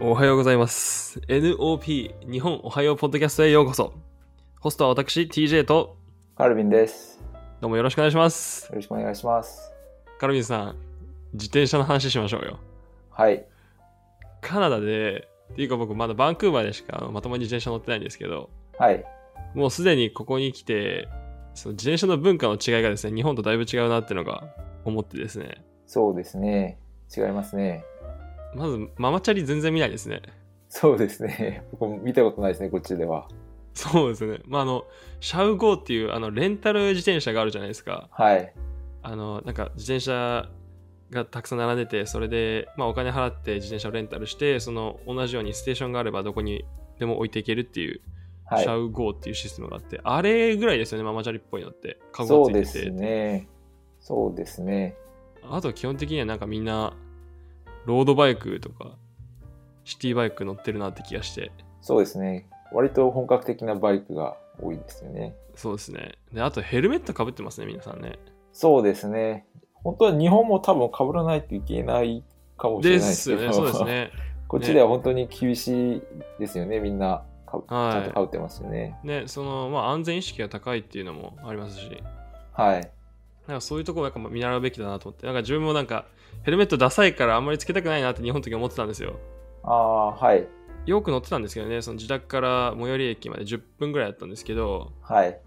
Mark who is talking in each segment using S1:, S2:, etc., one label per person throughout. S1: おはようございます。NOP 日本おはようポッドキャストへようこそ。ホストは私 TJ と
S2: カルビンです。
S1: どうもよろしくお願いします。
S2: よろしくお願いします。
S1: カルビンさん、自転車の話しましょうよ。
S2: はい。
S1: カナダで、っていうか僕まだバンクーバーでしかあのまともに自転車乗ってないんですけど、
S2: はい。
S1: もうすでにここに来て、その自転車の文化の違いがですね、日本とだいぶ違うなってのが思ってですね。
S2: そうですね。違いますね。
S1: まずママチャリ全然見ないですね。
S2: そうですね。 僕も見たことないですね、こっちでは。
S1: そうですね。まああの、シャウゴーっていうあのレンタル自転車があるじゃないですか。
S2: はい。
S1: あのなんか自転車がたくさん並んでてそれで、まあ、お金払って自転車をレンタルしてその同じようにステーションがあればどこにでも置いていけるっていう、
S2: はい
S1: シ。ャウゴーっていうシステムがあってあれぐらいですよねママチャリっぽいのってカゴ
S2: そう
S1: が
S2: で
S1: ついてて、
S2: すね。そうですね。
S1: あと基本的にはなんかみんなロードバイクとかシティバイク乗ってるなって気がして
S2: そうですね。割と本格的なバイクが多いですよね。
S1: そうですねであとヘルメットかぶってますね皆さんね
S2: そうですね。本当は日本も多分被らないといけないかもしれ
S1: で
S2: ないです
S1: す
S2: け
S1: よ
S2: ど。
S1: ねそうですね
S2: こっちでは本当に厳しいですよね。みんなか、
S1: はい
S2: ちゃんと被ってますよね。
S1: ねそのまあ安全意識が高いっていうのもありますし
S2: はい。
S1: なんかそういうところやっぱ見習うべきだなと思って、なんか自分もなんかヘルメットダサいからあんまりつけたくないなって日本の時思ってたんですよ。
S2: ああ、はい。
S1: よく乗ってたんですけどね、その自宅から最寄り駅まで10分ぐらいだったんですけど、
S2: はい。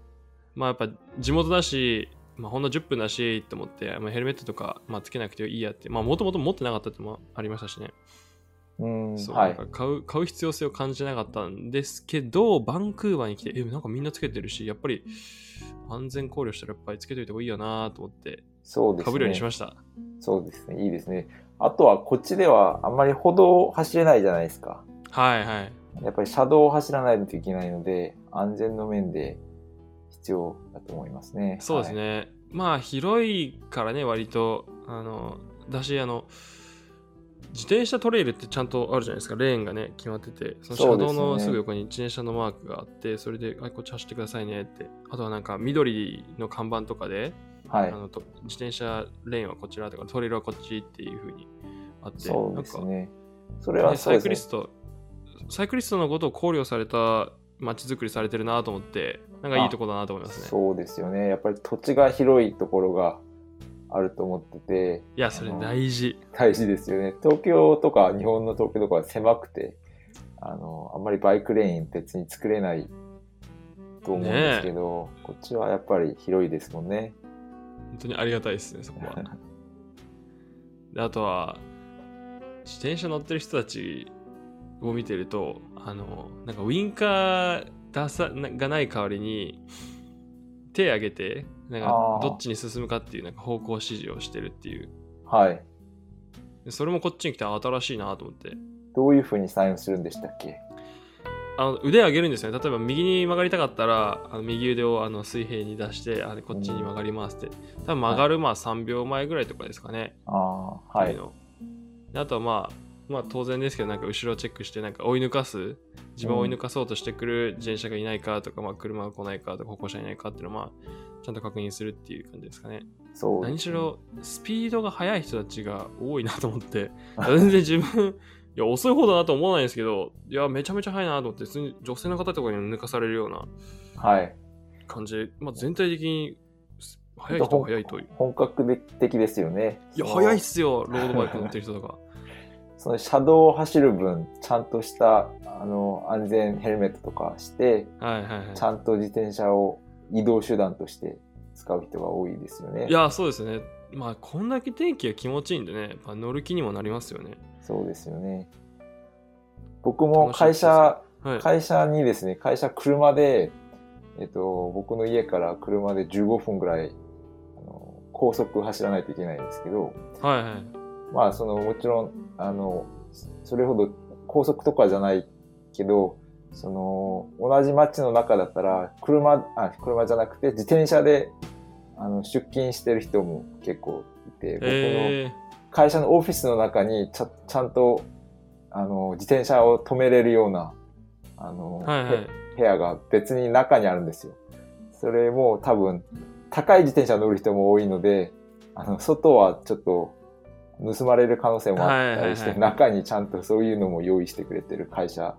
S1: まあやっぱ地元だし、まあ、ほんの10分だしと思って、まあ、ヘルメットとか、まあ、つけなくていいやって、まあもともと持ってなかったってのもありましたしね、
S2: うん。
S1: そうな
S2: は
S1: ん
S2: い。
S1: か買う買う必要性を感じなかったんですけど、バンクーバーに来て、え、なんかみんなつけてるし、やっぱり安全考慮したらやっぱりつけといた方がいいよなと思って、
S2: そうです
S1: か
S2: ね。
S1: ぶるようにしました。
S2: そうですね、いいですね。あとはこっちではあんまり歩道を走れないじゃないですか。
S1: はいはい。
S2: やっぱり車道を走らないといけないので、安全の面で必要だと思いますね。
S1: そうですね、まあ広いからね割とあのだしあの自転車トレイルってちゃんとあるじゃないですかレーンがね決まっててその車
S2: そうです
S1: 道
S2: ね
S1: のすぐ横に自転車のマークがあってそれであこっち走ってくださいねってあとはなんか緑の看板とかで、あ
S2: はい。はい、
S1: のと自転車レーンはこちらとかトレイルはこっちっていう風にあって
S2: そうです
S1: なんか
S2: ね。それは
S1: ね
S2: そ
S1: サ
S2: う
S1: イ
S2: です
S1: ク
S2: ね
S1: リ。ストサイクリストのことを考慮された街づくりされてるなと思ってなんかいいとこだなと思いますね
S2: そうですよね。やっぱり土地が広いところがあると思ってて、
S1: いやそれ
S2: あの
S1: 大事
S2: 大事ですよね。東京とか、日本の東京とかは狭くて、あの、あんまりバイクレーン別に作れないと思うんですけど、こっちはやっぱり広いですもんね。
S1: 本当にありがたいですね、そこは。 であとは、自転車乗ってる人たちを見てると、あの、なんかウインカー出さながない代わりに、手挙げて、なんか
S2: あー
S1: どっちに進むかっていうなんか方向指示をしてるっていう。
S2: はい。
S1: でそれもこっちに来てあ新しいなと思って。
S2: どういうふうにサインするんでしたっけ
S1: あの腕上げるんですよね。例えば右に曲がりたかったら、あの右腕をあの水平に出して、あこっちに曲がりますって。多分曲がるまあ3秒前ぐらいとかですかね。
S2: ああ、は
S1: って
S2: い。
S1: うのであとはまあまあ当然ですけどなんか後ろをチェックしてなんか追い抜かす自分を追い抜かそうとしてくる自転車がいないかとか、まあ車が来ないかとか歩行者いないかっていうのはまあちゃんと確認するっていう感じですかね
S2: そうで
S1: 何
S2: す
S1: し
S2: ね、
S1: ろスピードが速い人たちが多いなと思って全然自分 いや遅い方だなと思わないんですけどいやめちゃめちゃ速いなと思って普通に女性の方とかに抜かされるような
S2: はい。
S1: 感じで、まあ、全体的に速い人は速いという
S2: 本格的ですよね。
S1: いや
S2: その
S1: 速いっすよロードバイク乗ってる人とか
S2: その車道を走る分、ちゃんとした、あの、安全ヘルメットとかして、
S1: はいはいはい
S2: ちゃんと自転車を移動手段として使う人が多いですよね。
S1: いや、そうですね。まあ、こんだけ天気が気持ちいいんでね、やっぱ乗る気にもなりますよね。
S2: そうですよね。僕も
S1: 楽しいで
S2: 会
S1: すよ
S2: 社、
S1: はい。
S2: 会社にですね、会社車で、えっと、僕の家から車で15分ぐらい、あの高速走らないといけないんですけど、
S1: はいはい。
S2: まあ、その、もちろん、あの、それほど高速とかじゃないけど、その、同じ街の中だったら、車、あ、車じゃなくて、自転車で、あの、出勤してる人も結構いて、僕の
S1: え
S2: 会社のオフィスの中にちゃ、ちゃんと、あの、自転車を止めれるような、あの、
S1: ー、はいはい。
S2: 部屋が別に中にあるんですよ。それも多分、高い自転車乗る人も多いので、あの、外はちょっと、盗まれる可能性もあったりして、
S1: はいはいはい
S2: 中にちゃんとそういうのも用意してくれてる会社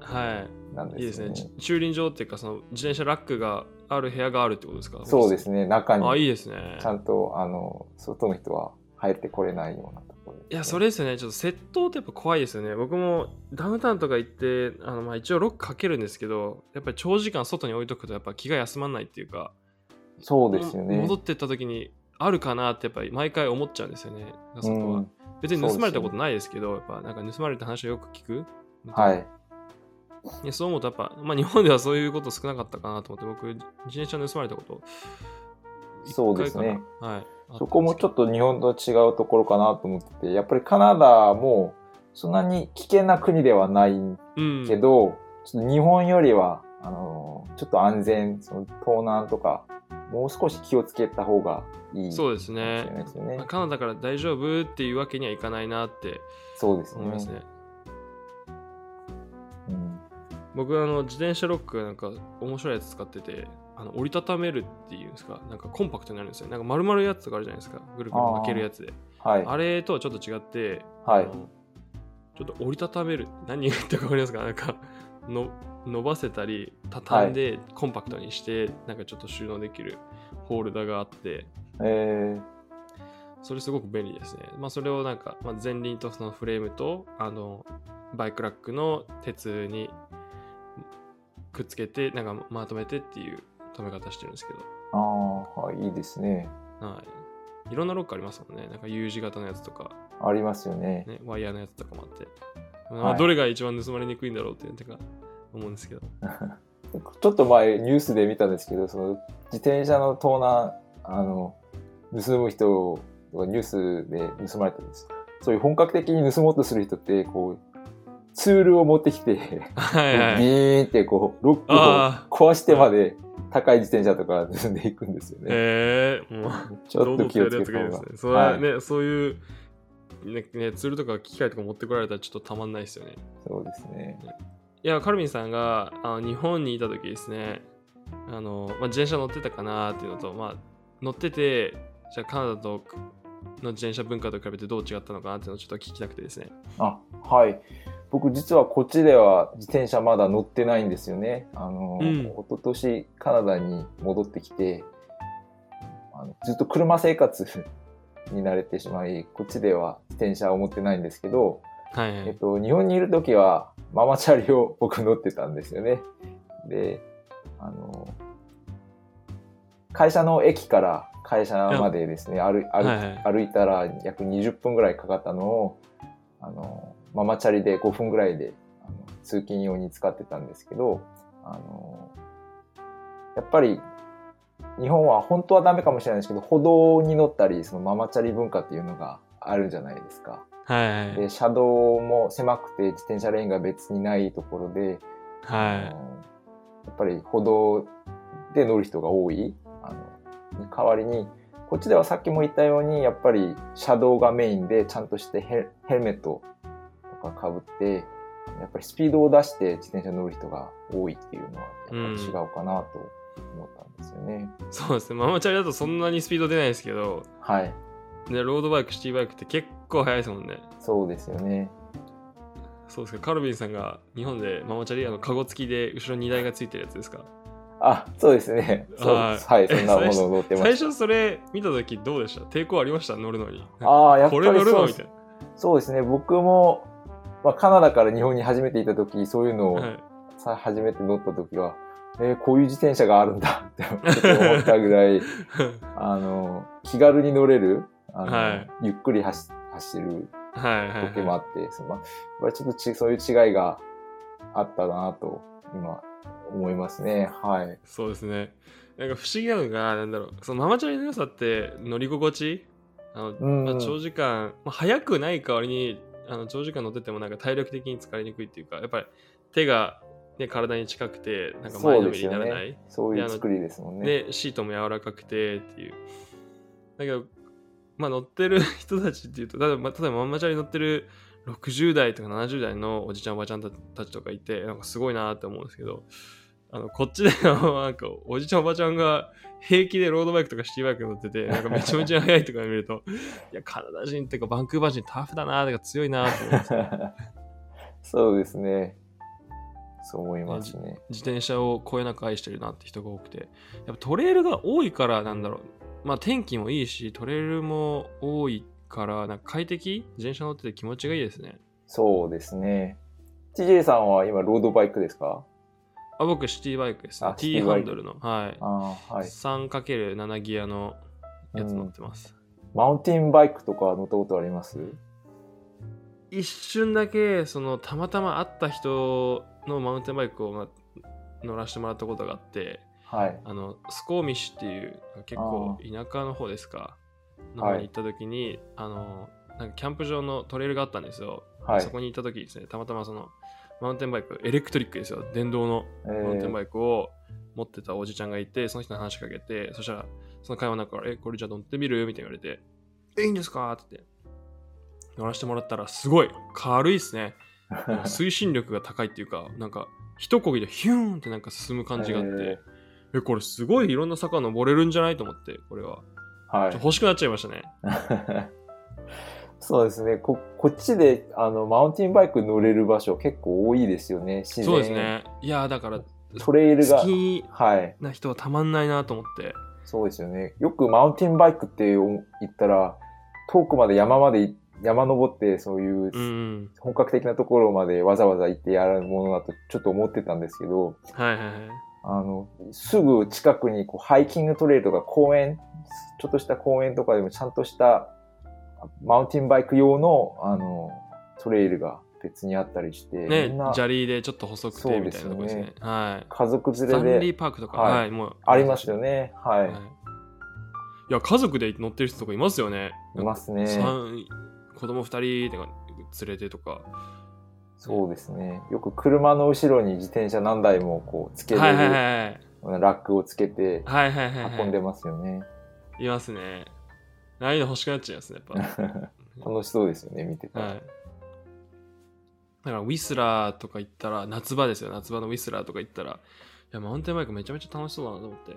S1: は
S2: なん
S1: い。いい
S2: で
S1: ですす
S2: よ
S1: ね。
S2: ね。
S1: ち駐輪場っていうか、その自転車ラックがある部屋があるってことですか。
S2: そうですすね、中
S1: あ、い
S2: に
S1: いですね
S2: ち。ゃんとあの外の人は入ってこれないようなところですね、
S1: いや、それですよね。ちょっと窃盗ってやっぱ怖いですよね。僕もダウンタウンとか行って、あのまあ一応ロックかけるんですけど、やっぱり長時間外に置いとくと、やっぱ気が休まらないっていうか、
S2: そうですよ
S1: も
S2: ね
S1: 戻。ってった時に、あるかなってやっぱり毎回思っちゃうんですよね。そこは。
S2: うん
S1: 別に盗まれたことないですけど、やっぱなんか盗まれた話をよく聞く。
S2: はい。
S1: いやそう思うとやっぱ、まあ、日本ではそういうこと少なかったかなと思って僕自転車盗まれたこと
S2: そうですね
S1: 一回かなはい
S2: そこもちょ
S1: っ
S2: っと日本と違うところかなと思ってて、やっぱりカナダもそんなに危険な国ではない
S1: と、うん、
S2: けど、ちょっと日本よりは、あのーちょっと安全、その盗難とか、もう少し気をつけた方がいい
S1: そううですね
S2: かもしれないですよね
S1: まあカナダから大丈夫っていうわけにはいかないなって
S2: そうですね。
S1: 思いますね、
S2: うん
S1: 僕あの自転車ロックなんか面白いやつ使っててあの折りたためるっていうんですかなんかコンパクトになるんですよなんか丸々やつとかあるじゃないですかぐるぐる巻けるやつで
S2: はい。
S1: あれとはちょっと違って、
S2: はい
S1: あのちょっと折りたためる何が言ってるか分かりますかなんか の伸ばせたり畳んでコンパクトにして、なんかちょっと収納できるホールダーがあって
S2: え
S1: それすごく便利ですね、まあ、それをなんか、まあ、前輪とそのフレームとあのバイクラックの鉄にくっつけてなんかまとめてっていう留め方してるんですけど、
S2: ー、ああ、はいいいですね。
S1: はい、いろんなロックありますもんねなんか U 字型のやつとか
S2: ありますよね。
S1: ね、ワイヤーのやつとかもあって、まあ
S2: はい
S1: どれが一番盗まれにくいんだろうっていうのが思うんですけど、
S2: ちょっと前ニュースで見たんですけど、その自転車の盗難、あの、盗む人がニュースで盗まれたんです。そういう本格的に盗もうとする人って、こう、ツールを持ってきて、
S1: は
S2: ビ
S1: いはい。
S2: ーンってこう、ロックを
S1: ああ、
S2: 壊してまで高い自転車とか盗んでいくんですよね。
S1: ええもう、
S2: ちょっと気をつけた
S1: がいい
S2: 方
S1: ですね。。
S2: が
S1: それは
S2: はい
S1: ね、そういう、ねね、ツールとか機械とか持ってこられたらちょっとたまんないですよね。
S2: そうですね。
S1: いや、カルミンさんがあの日本にいた時ですね、あの、まあ、自転車乗ってたかなっていうのと、まあ、乗ってて、じゃあカナダとの自転車文化と比べてどう違ったのかなっていうのをちょっと聞きたくてですね。
S2: あ、はい。僕実はこっちでは自転車まだ乗ってないんですよね。あの、
S1: うん
S2: 一昨年カナダに戻ってきて、あのずっと車生活に慣れてしまい、こっちでは自転車を持ってないんですけど、
S1: はいは
S2: えっ
S1: い。
S2: と、日本にいる時はママチャリを僕乗ってたんですよね。で、あの、会社の駅から会社までですね、歩歩
S1: はいはい
S2: 歩いたら約20分ぐらいかかったのを、あの、ママチャリで5分ぐらいであの通勤用に使ってたんですけど、あの、やっぱり日本は本当はダメかもしれないですけど、歩道に乗ったり、そのママチャリ文化っていうのがあるじゃないですか。
S1: はいはい。
S2: で車道も狭くて自転車レーンが別にないところで、あ
S1: はい。
S2: のやっぱり歩道で乗る人が多いあのに代わりにこっちではさっきも言ったようにやっぱり車道がメインでちゃんとしてヘルヘルメットとかかぶってやっぱりスピードを出して自転車乗る人が多いっていうのはやっぱり違うかなと思ったんですよね。
S1: そうですね、ママチャリだとそんなにスピード出ないですけど、
S2: はい
S1: ね、ロードバイク、シティバイクって結構速いですもんね。
S2: そうですよね。
S1: そうですか、カルビンさんが日本でママチャリ、あの、カゴ付きで後ろ荷台がついてるやつですか。
S2: あ、そうですね。そう
S1: は
S2: はいい、そんなものを乗ってま
S1: 最
S2: した。
S1: 初それ見たときどうでした抵抗ありました乗るのに。
S2: ああ、やっぱ
S1: こ
S2: り
S1: れ
S2: そ
S1: 乗
S2: う
S1: るのみ
S2: です
S1: たい
S2: そうですね、僕も、まあ、カナダから日本に初めて行った時、そういうの
S1: な。
S2: を
S1: はい、
S2: さ、初めて乗った時は、えーこういう自転車があるんだってちょっと思ったぐら い、あの、気軽に乗れる、あの
S1: はい
S2: ゆっくり走走る
S1: はいはい
S2: 時
S1: は
S2: も
S1: い。
S2: あって、そのまあ、やっぱりちょっとちそういう違いがあったなと、今、思いますね。はい。
S1: そうですね。なんか不思議なのが、なんだろう、そのママチャリの良さって乗り心地あの、
S2: うん
S1: まあ、長時間、まあ、早くない代わりにあの長時間乗っててもなんか体力的に疲れにくいっていうかやっぱり手が、ね、体に近くてなんか前
S2: そう
S1: の
S2: で
S1: め
S2: す
S1: りにな
S2: よ
S1: らない
S2: ね。そういう作りですもん
S1: で,、
S2: ね。
S1: シートも柔らかくてっていうだけど、まあ、乗ってる人たちっていうと例えばまあ例えばママチャリ乗ってる60代とか70代のおじちゃんおばちゃんたちとかいてなんかすごいなって思うんですけどあのこっちでは なんかおじちゃんおばちゃんが平気でロードバイクとかシティバイク乗っててなんかめちゃめちゃ速いとか見るといやカナダ人っていうかバンクーバー人タフだなとか強いなって思って
S2: そうですね。そう思いますね。
S1: 自転車をこよなく愛してるなって人が多くてやっぱトレイルが多いからなんだろうまあ天気もいいしトレイルも多いからなんか快適自転車乗ってて気持ちがいいですね
S2: そうですね。TJ さんは今、ロードバイクですか
S1: あ僕シティバイクですね
S2: あシテ
S1: T
S2: ィ
S1: ハ
S2: バイ
S1: ン
S2: ク
S1: ドルのはい
S2: あーはい。
S1: 3×7 ギアのやつ
S2: うん
S1: 乗ってます、
S2: マウンティンバイクとか乗ったことあります
S1: 一瞬だけそのたまたま会った人のマウンテンバイクを、ま、乗らせてもらったことがあって
S2: はい。
S1: あのスコーミッシュっていう結構田舎の方ですかの方に行った時に、あのなんかキャンプ場のトレイルがあったんですよ、
S2: はい
S1: そ。こに行った時にですねたまたまそのマウンテンバイクエレクトリックですよ電動の
S2: え
S1: マウンテン
S2: ー
S1: バイクを持ってたおじちゃんがいて、その人に話しかけて、そしたら、その会話の中から、え、これじゃあ乗ってみるみたいに言われて、え、いいんですかって言って、乗らせてもらったら、すごい軽いです ね。推進力が高いっていうか、なんか、一漕ぎでヒューンってなんか進む感じがあっ
S2: へ
S1: て、え、これすごいいろんな坂登れるんじゃないと思って、これは。
S2: はい
S1: ちょ。欲しくなっちゃいましたね。
S2: そうですねここっちであのマウンティンバイク乗れる場所結構多いですよね自然
S1: そうですね。いやー、だから、
S2: トレイルが
S1: 好き
S2: はい
S1: な人はたまんないなと思って、
S2: そうですよねよくマウンティンバイクって言ったら遠くまで山までい山登ってそういう
S1: うん。
S2: 本格的なところまでわざわざ行ってやるものだとちょっと思ってたんですけど
S1: はいはいはい。
S2: あのすぐ近くにこうハイキングトレイルとか公園ちょっとした公園とかでもちゃんとしたマウンティンバイク用のあのトレイルが別にあったりして、
S1: ね
S2: みんな、
S1: 砂利でちょっと細くてみたいなとこです
S2: そう
S1: ね
S2: で。
S1: はい。
S2: 家族
S1: スタ
S2: 連
S1: ン
S2: れ
S1: リ
S2: で
S1: ーパークとか、
S2: は
S1: はいい、もう
S2: ありますよ。ね。は
S1: はい
S2: い。
S1: いや、家族で乗ってる人とかいますよね。
S2: いますね。
S1: 三子供2人とか連れてとか。
S2: そうですね。よく車の後ろに自転車何台もこうつけれる、
S1: はいはいはい。
S2: ラックをつけて
S1: はいはいはい、はい。
S2: 運んでますよね。
S1: いますね。ああいうの欲しくなっちゃいますね、やっ
S2: 楽しそうですよね、見てた
S1: ぱ。
S2: ら。
S1: はい。だから、ウィスラーとか行ったら、夏場ですよ、夏場のウィスラーとか行ったら、いや、マウンテンバイクめちゃめちゃ楽しそうだなと思って。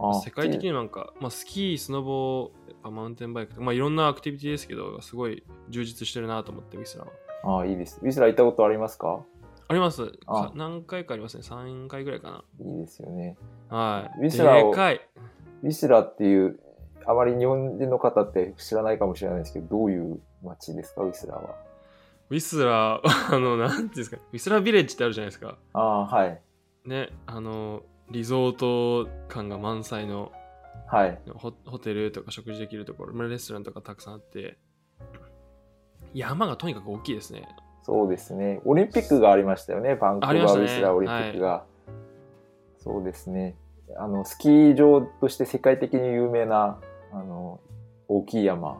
S2: あ
S1: 世界的になんか、まあ、スキー、スノボー、やっぱマウンテンバイクとか、まあ、いろんなアクティビティですけど、すごい充実してるなと思って、ウィスラーは。
S2: ああ、いいです。ウィスラー行ったことありますか
S1: あります。
S2: あ
S1: さ何回かありますね。3回ぐらいか
S2: いいですよね。
S1: な。はい。
S2: ウィスラーを
S1: でかい。
S2: ウィスラーっていう、あまり日本人の方って知らないかもしれないですけど、どういう街ですか、ウィスラーは。
S1: ウィスラー、あの、なんていうんですか、ウィスラービレッジってあるじゃないですか。
S2: ああ、はい。
S1: ね、あの、リゾート感が満載の
S2: はい。
S1: ホホテルとか食事できるところ、まあレストランとかたくさんあって、山がとにかく大きいですね。
S2: そうですね。オリンピックがありましたよね、バンクーバ
S1: ありまし
S2: ー、
S1: た
S2: ウ
S1: ね
S2: ィスラーオリンピックが。そうですね。あの、スキー場として世界的に有名な、あの、大きい山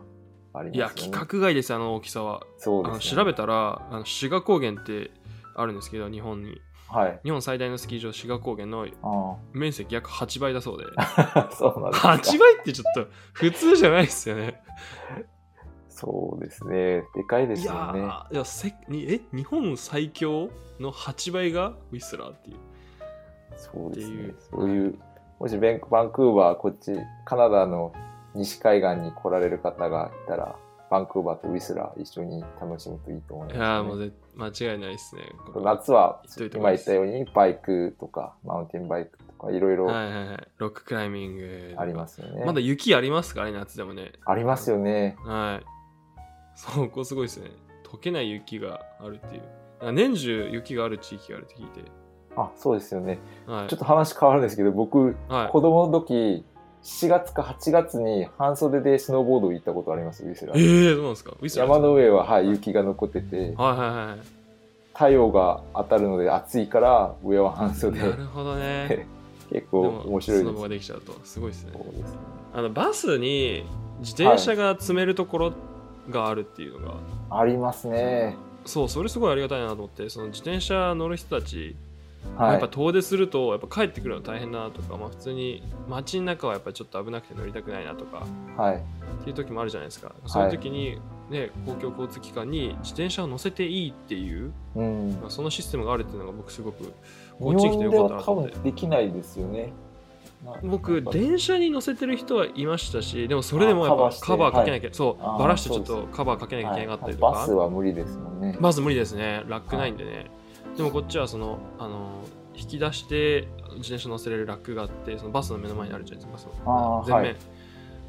S2: がありますよね。
S1: いや、規格外です、あの大きさは。
S2: そう
S1: あ
S2: で
S1: の
S2: す、
S1: 調べたら、あの志賀高原ってあるんですけど、日本に。
S2: はい。
S1: 日本最大のスキー場、志賀高原の
S2: あ
S1: 面積約8倍だそう で。
S2: あ、そうなんですか。
S1: 8倍ってちょっと普通じゃないですよね。
S2: そうですね。でかいで
S1: い
S2: す
S1: や
S2: よね。
S1: ーいやせにえ日本最強の8倍がウィスラーっていう。
S2: そうです
S1: ってい
S2: ね
S1: う。
S2: そういう、もしベンバンクーバー、こっち、カナダの西海岸に来られる方がいたら、バンクーバーとウィスラー一緒に楽しむといいと思います、
S1: いやーもうぜ間違いないですね。これ
S2: 夏は
S1: 行っといた方
S2: 今
S1: がいいで
S2: 言っ
S1: す
S2: たようにバイクとかマウンテンバイクとかいろいろ
S1: はいはいはい。ロッククライミング。
S2: ありますよね。
S1: まだ雪ありますからね、夏でもね。
S2: ありますよね。
S1: はい。そこすごいですね。溶けない雪があるっていう。なんか年中雪がある地域があるって聞いて。
S2: あそうですよね。
S1: はい。
S2: ちょっと話変わるんですけど僕
S1: はい、
S2: 子供の時7月か8月に半袖でスノーボード行ったことありますウィスラ
S1: え
S2: ー。
S1: ー、そうなんですかウィスラー
S2: 山の上は、はい、雪が残ってて
S1: はいはいはい。
S2: 太陽が当たるので暑いから上は半袖
S1: なるほどね。
S2: 結
S1: で
S2: 構
S1: も
S2: 面白い
S1: スノ
S2: で
S1: ボ
S2: す
S1: が。できちゃうと。すごいですね
S2: そ。うです
S1: あのバスに自転車が積めるところがあるっていうのが、
S2: ありますね。
S1: そうそれすごいありがたいなと思ってその自転車乗る人たちまあ
S2: は
S1: や
S2: い
S1: っぱ。遠出するとやっぱ帰ってくるの大変だなとか、まあ、普通に街の中はやっぱちょっと危なくて乗りたくないなとか
S2: はい。
S1: っていう時もあるじゃないですかそういう時に、ね、公共交通機関に自転車を乗せていいっていう、
S2: うん。
S1: まあ、そのシステムがあるっていうのが僕すごくこ
S2: 日
S1: っち来てよ
S2: 本で
S1: かったな
S2: は
S1: と
S2: 多
S1: 思って
S2: 分できないですよね。な
S1: 僕
S2: やっぱ
S1: 電車に乗せてる人はいましたしでもそれでもや
S2: あカバ
S1: っ
S2: ーし
S1: ぱ
S2: て
S1: カバーかけなきゃ、そう
S2: あー
S1: バラしてちょっ
S2: そう
S1: とカバーかけなきゃいけなかったりとか、
S2: はいバスは無理ですもんね。
S1: まず無理ですねラックないんでね、でもこっちはそのあの引き出して自転車乗せれるラックがあってそのバスの目の前にあるじゃないですか
S2: あー
S1: 全面、
S2: はい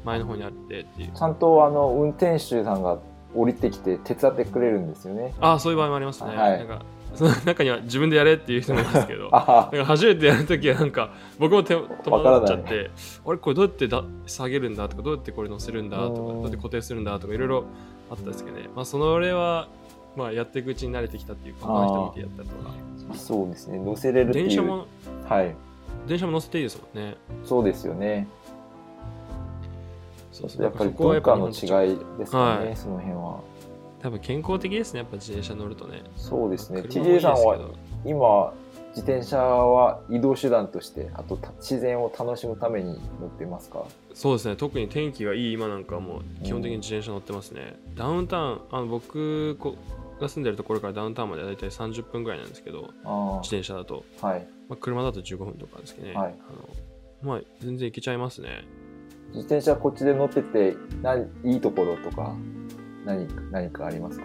S1: 前の方にあってっていう
S2: ちゃんとあの運転手さんが降りてきて手伝ってくれるんですよね。
S1: ああそういう場合もありますね、
S2: はい
S1: なんかその中には自分でやれっていう人もいますけど
S2: あ
S1: なんか初めてやるときはなんか僕も手戸惑っちゃっ
S2: わか
S1: て、あれこれどうやってだ下げるんだとかどうやってこれ乗せるんだとか
S2: う
S1: ど
S2: ん
S1: うやって固定するんだとかいろいろあったんですけどねまあその俺はまあやっていくうちに慣れてきたっていうか
S2: あー
S1: 他の人見てやったりとか
S2: そうですね。乗せれるっていう。
S1: 電車も
S2: はい。
S1: 電車も乗せていいですもんね
S2: そうですよね。
S1: そう
S2: やっぱり
S1: そこはや
S2: 文
S1: っぱ
S2: 化
S1: 日
S2: の
S1: 本と
S2: 違いですかね、
S1: はい
S2: その辺は。
S1: 多分健康的ですねやっぱ自転車乗るとね
S2: そうですね。
S1: 車もいい
S2: TJ さん
S1: ですけ
S2: は
S1: ど
S2: 今、自転車は移動手段として、あとた自然を楽しむために乗ってますか
S1: そうですね特に天気がいい今なんかはもう基本的に自転車乗ってますね、ダウンタウンあの僕こが住んでるところからダウンタウンまでだいたい30分ぐらいなんですけど自
S2: あ
S1: 転車だと、
S2: あ、はい。
S1: まあ、車だと15分とかですけどね、
S2: はい
S1: あのまあ、全然行けちゃいますね
S2: 自転車こっちで乗ってて、ないいところとか、何か何かありますか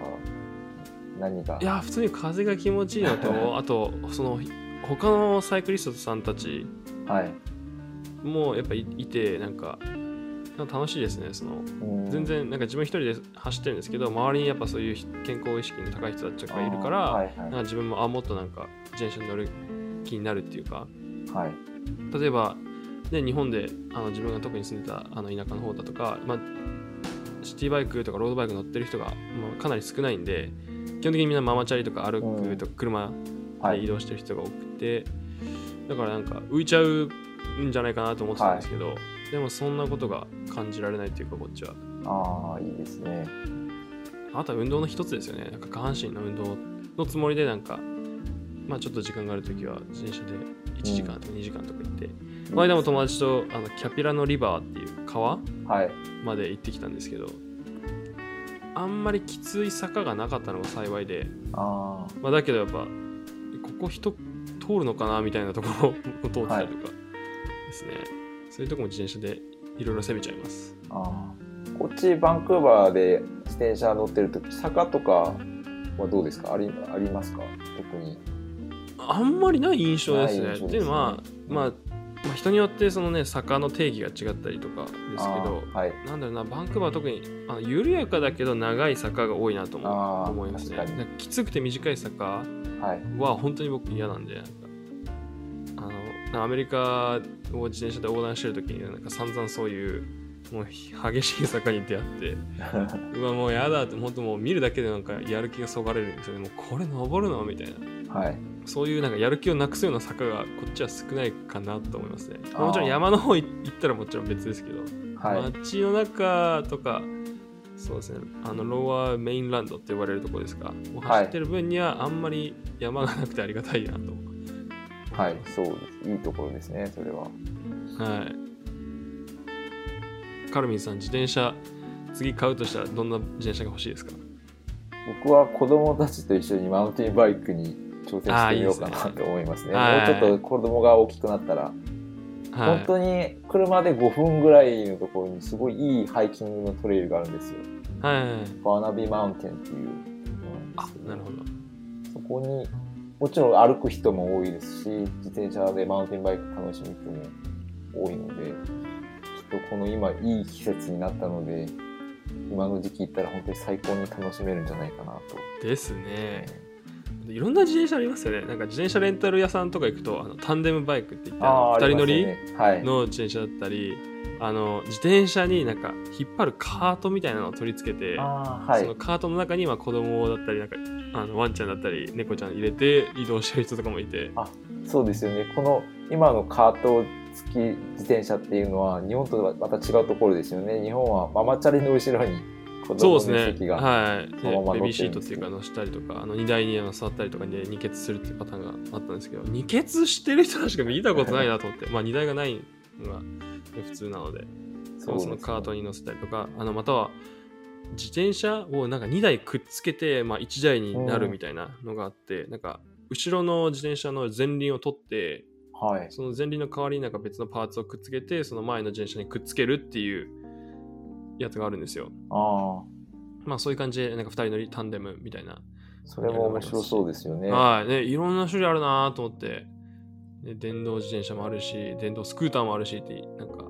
S2: 何が
S1: いや普通に風が気持ちいいのと あとその他のサイクリストさんたち
S2: はい。
S1: もやっぱいいてなんかなんか楽しいですねその
S2: うん
S1: 全然なんか自分一人で走ってるんですけど周りにやっぱそういう健康意識の高い人たち
S2: あ
S1: が
S2: ー
S1: いるから、
S2: はいは
S1: なんか自分もあもっとなんか自転車に乗る気になるっていうか
S2: い。はい。
S1: 例えば、ね、日本であの自分が特に住んでたあの田舎の方だとか、まあ、シティバイクとかロードバイク乗ってる人が、まあ、かなり少ないんで基本的にみんなママチャリとか歩くとか車
S2: は
S1: で移
S2: い。
S1: 動してる人が多くて、だからなんか浮いちゃうんじゃないかなと思ってたんですけど、でもそんなことが感じられないっていうかこっちは。
S2: ああ、いいですね。
S1: あとは運動の一つですよね。なんか下半身の運動のつもりで、なんか、まあちょっと時間があるときは、自転車で1時間とか2時間とか行って、この間も友達とあのキャピラのリバーっていう川
S2: はい。
S1: まで行ってきたんですけど、あんまりきつい坂がなかったのが幸いで、
S2: あ
S1: まあ、だけどやっぱ、ここ人通るのかなみたいなところを通ったりとかですね。そういうとこも自転車でいろいろ攻めちゃいます。
S2: あ、ああ。こっちバンクーバーで自転車乗ってるとき、坂とかはどうですかありありますか特に。
S1: あんまりない印象ですね。
S2: ない印象ですね
S1: っていうのは、まあ、まあ、人によってそのね坂の定義が違ったりとかですけど、
S2: ああはい。
S1: なんだろうなバンクーバーは特にあの緩やかだけど長い坂が多いなと
S2: あ
S1: 思
S2: ー
S1: 思いますね。
S2: 確かに
S1: なんかきつくて短い坂
S2: はい。
S1: は本当に僕嫌なんで、なんかあのなんかアメリカを自転車で横断してる時になんか散々そういうもう激しい坂に出会っ て。うわもうやだって本当もう見るだけでなんかやる気がそがれるんですよねもうこれ登るのみたいな
S2: はい。
S1: そういうなんかやる気をなくすような坂がこっちは少ないかなと思いますね。
S2: あー
S1: もちろん山の方い行ったらもちろん別ですけど、
S2: はい。
S1: 街の中とか、そうですね、あのローアーメインランドって呼ばれるところですか、もう
S2: はい
S1: 走ってる分にはあんまり山がなくてありがたいなと。
S2: はい。そうです。いいところですね、それは。
S1: はい。カルミンさん、自転車、次買うとしたらどんな自転車が欲しいですか
S2: 僕は子供たちと一緒にマウンテンバイクに挑戦してみようか
S1: ああい
S2: ない
S1: ですね
S2: と思いますね。
S1: はい
S2: もうちょっと子供が大きくなったら、
S1: は
S2: 本
S1: い。
S2: 当に車で5分ぐらいのところにすごいいいハイキングのトレイルがあるんですよ。
S1: はい。
S2: バーナビーマウンテンっていう
S1: あ、なるほど。
S2: そこにもちろん歩く人も多いですし自転車でマウンテンバイク楽しむ人も多いのできっとこの今いい季節になったので今の時期行ったら本当に最高に楽しめるんじゃないかなと。
S1: ですね。いろんな自転車ありますよね。なんか自転車レンタル屋さんとか行くと、あのタンデムバイクって言って、あの
S2: ー
S1: 二人乗り
S2: あますよねはい、
S1: の自転車だったり、あの自転車になんか引っ張るカートみたいなのを取り付けて、
S2: あーはい
S1: そのカートの中には子供だったり、なんかあのワンちゃんだったり、猫ちゃん入れて移動してる人とかもいて、
S2: そうですよね。この今のカート付き自転車っていうのは日本とはまた違うところですよね。日本はママチャリの後ろに子
S1: そう
S2: 供
S1: です
S2: の席
S1: ね。
S2: が、
S1: はい。
S2: そのまま乗
S1: でベ
S2: って
S1: ビーシートっていうか乗したりとか、あの荷台にあの座ったりとかで二欠するっていうパターンがあったんですけど、二欠してる人らしか見たことないなと思って、まあ荷台がないのが普通なので、そのそのカート
S2: に
S1: に乗せたりとか、あのまたは自転車をなんか2台くっつけて、まあ、1台になるみたいなのがあって、なんか後ろの自転車の前輪を取って、
S2: はい
S1: その前輪の代わりになんか別のパーツをくっつけて、その前の自転車にくっつけるっていうやつがあるんですよ。
S2: ああ
S1: まあそういう感じで、なんか2人乗りタンデムみたいな。
S2: それも面白そうですよね
S1: はい。ね、いろんな種類あるなと思って、で電動自転車もあるし、電動スクーターもあるしって、なんか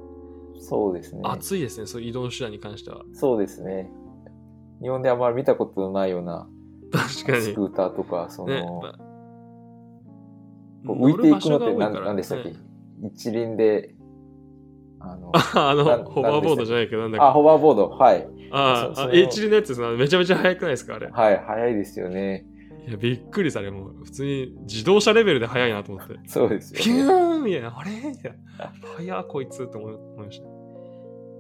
S2: そうですね
S1: 熱いですね、そういう移動手段に関しては。
S2: そうですね日本であんまり見たことのないような
S1: 確かに。
S2: スクーターとかその、
S1: ね、ま
S2: こう浮いていくのって
S1: 乗る場所が多い
S2: 何
S1: から
S2: 何でしたっけ、
S1: ね
S2: 一輪であの
S1: あの
S2: な
S1: ホバーボードじゃないけどなんだっけ
S2: あホバーボードはい
S1: あ
S2: そ
S1: あ
S2: それを
S1: H 輪のやつですなめちゃめちゃ速くないですかあれ
S2: はい早いですよね
S1: いやびっくりされもう普通に自動車レベルで速いなと思 って
S2: そうです
S1: ピ
S2: よね
S1: ューンみたいなあれみたいな速っこいつって思い思いました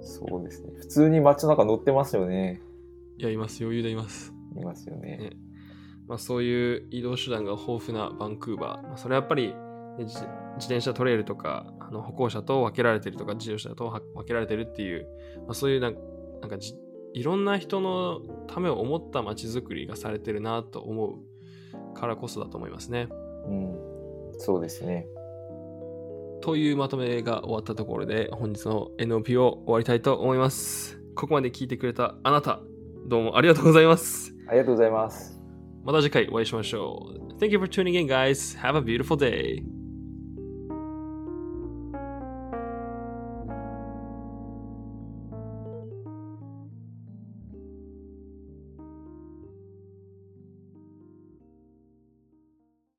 S2: そうですね普通に街の中乗ってますよね
S1: いやいます余裕でいます
S2: いますよね
S1: ねまあ、そういう移動手段が豊富なバンクーバー、まあ、それはやっぱりね自自転車トレイルとかあの歩行者と分けられてるとか自動車とは分けられてるっていう、まあ、そういうなんかなんかじいろんな人のためを思った街づくりがされてるなと思うからこそだと思いますね。
S2: うんそうですね
S1: というまとめが終わったところで本日の NOP を終わりたいと思います。ここまで聞いてくれたあなたどうもありがとうございます。
S2: ありがとうございます
S1: また次回お会いしましょう。Thank you for tuning in guys. Have a beautiful day.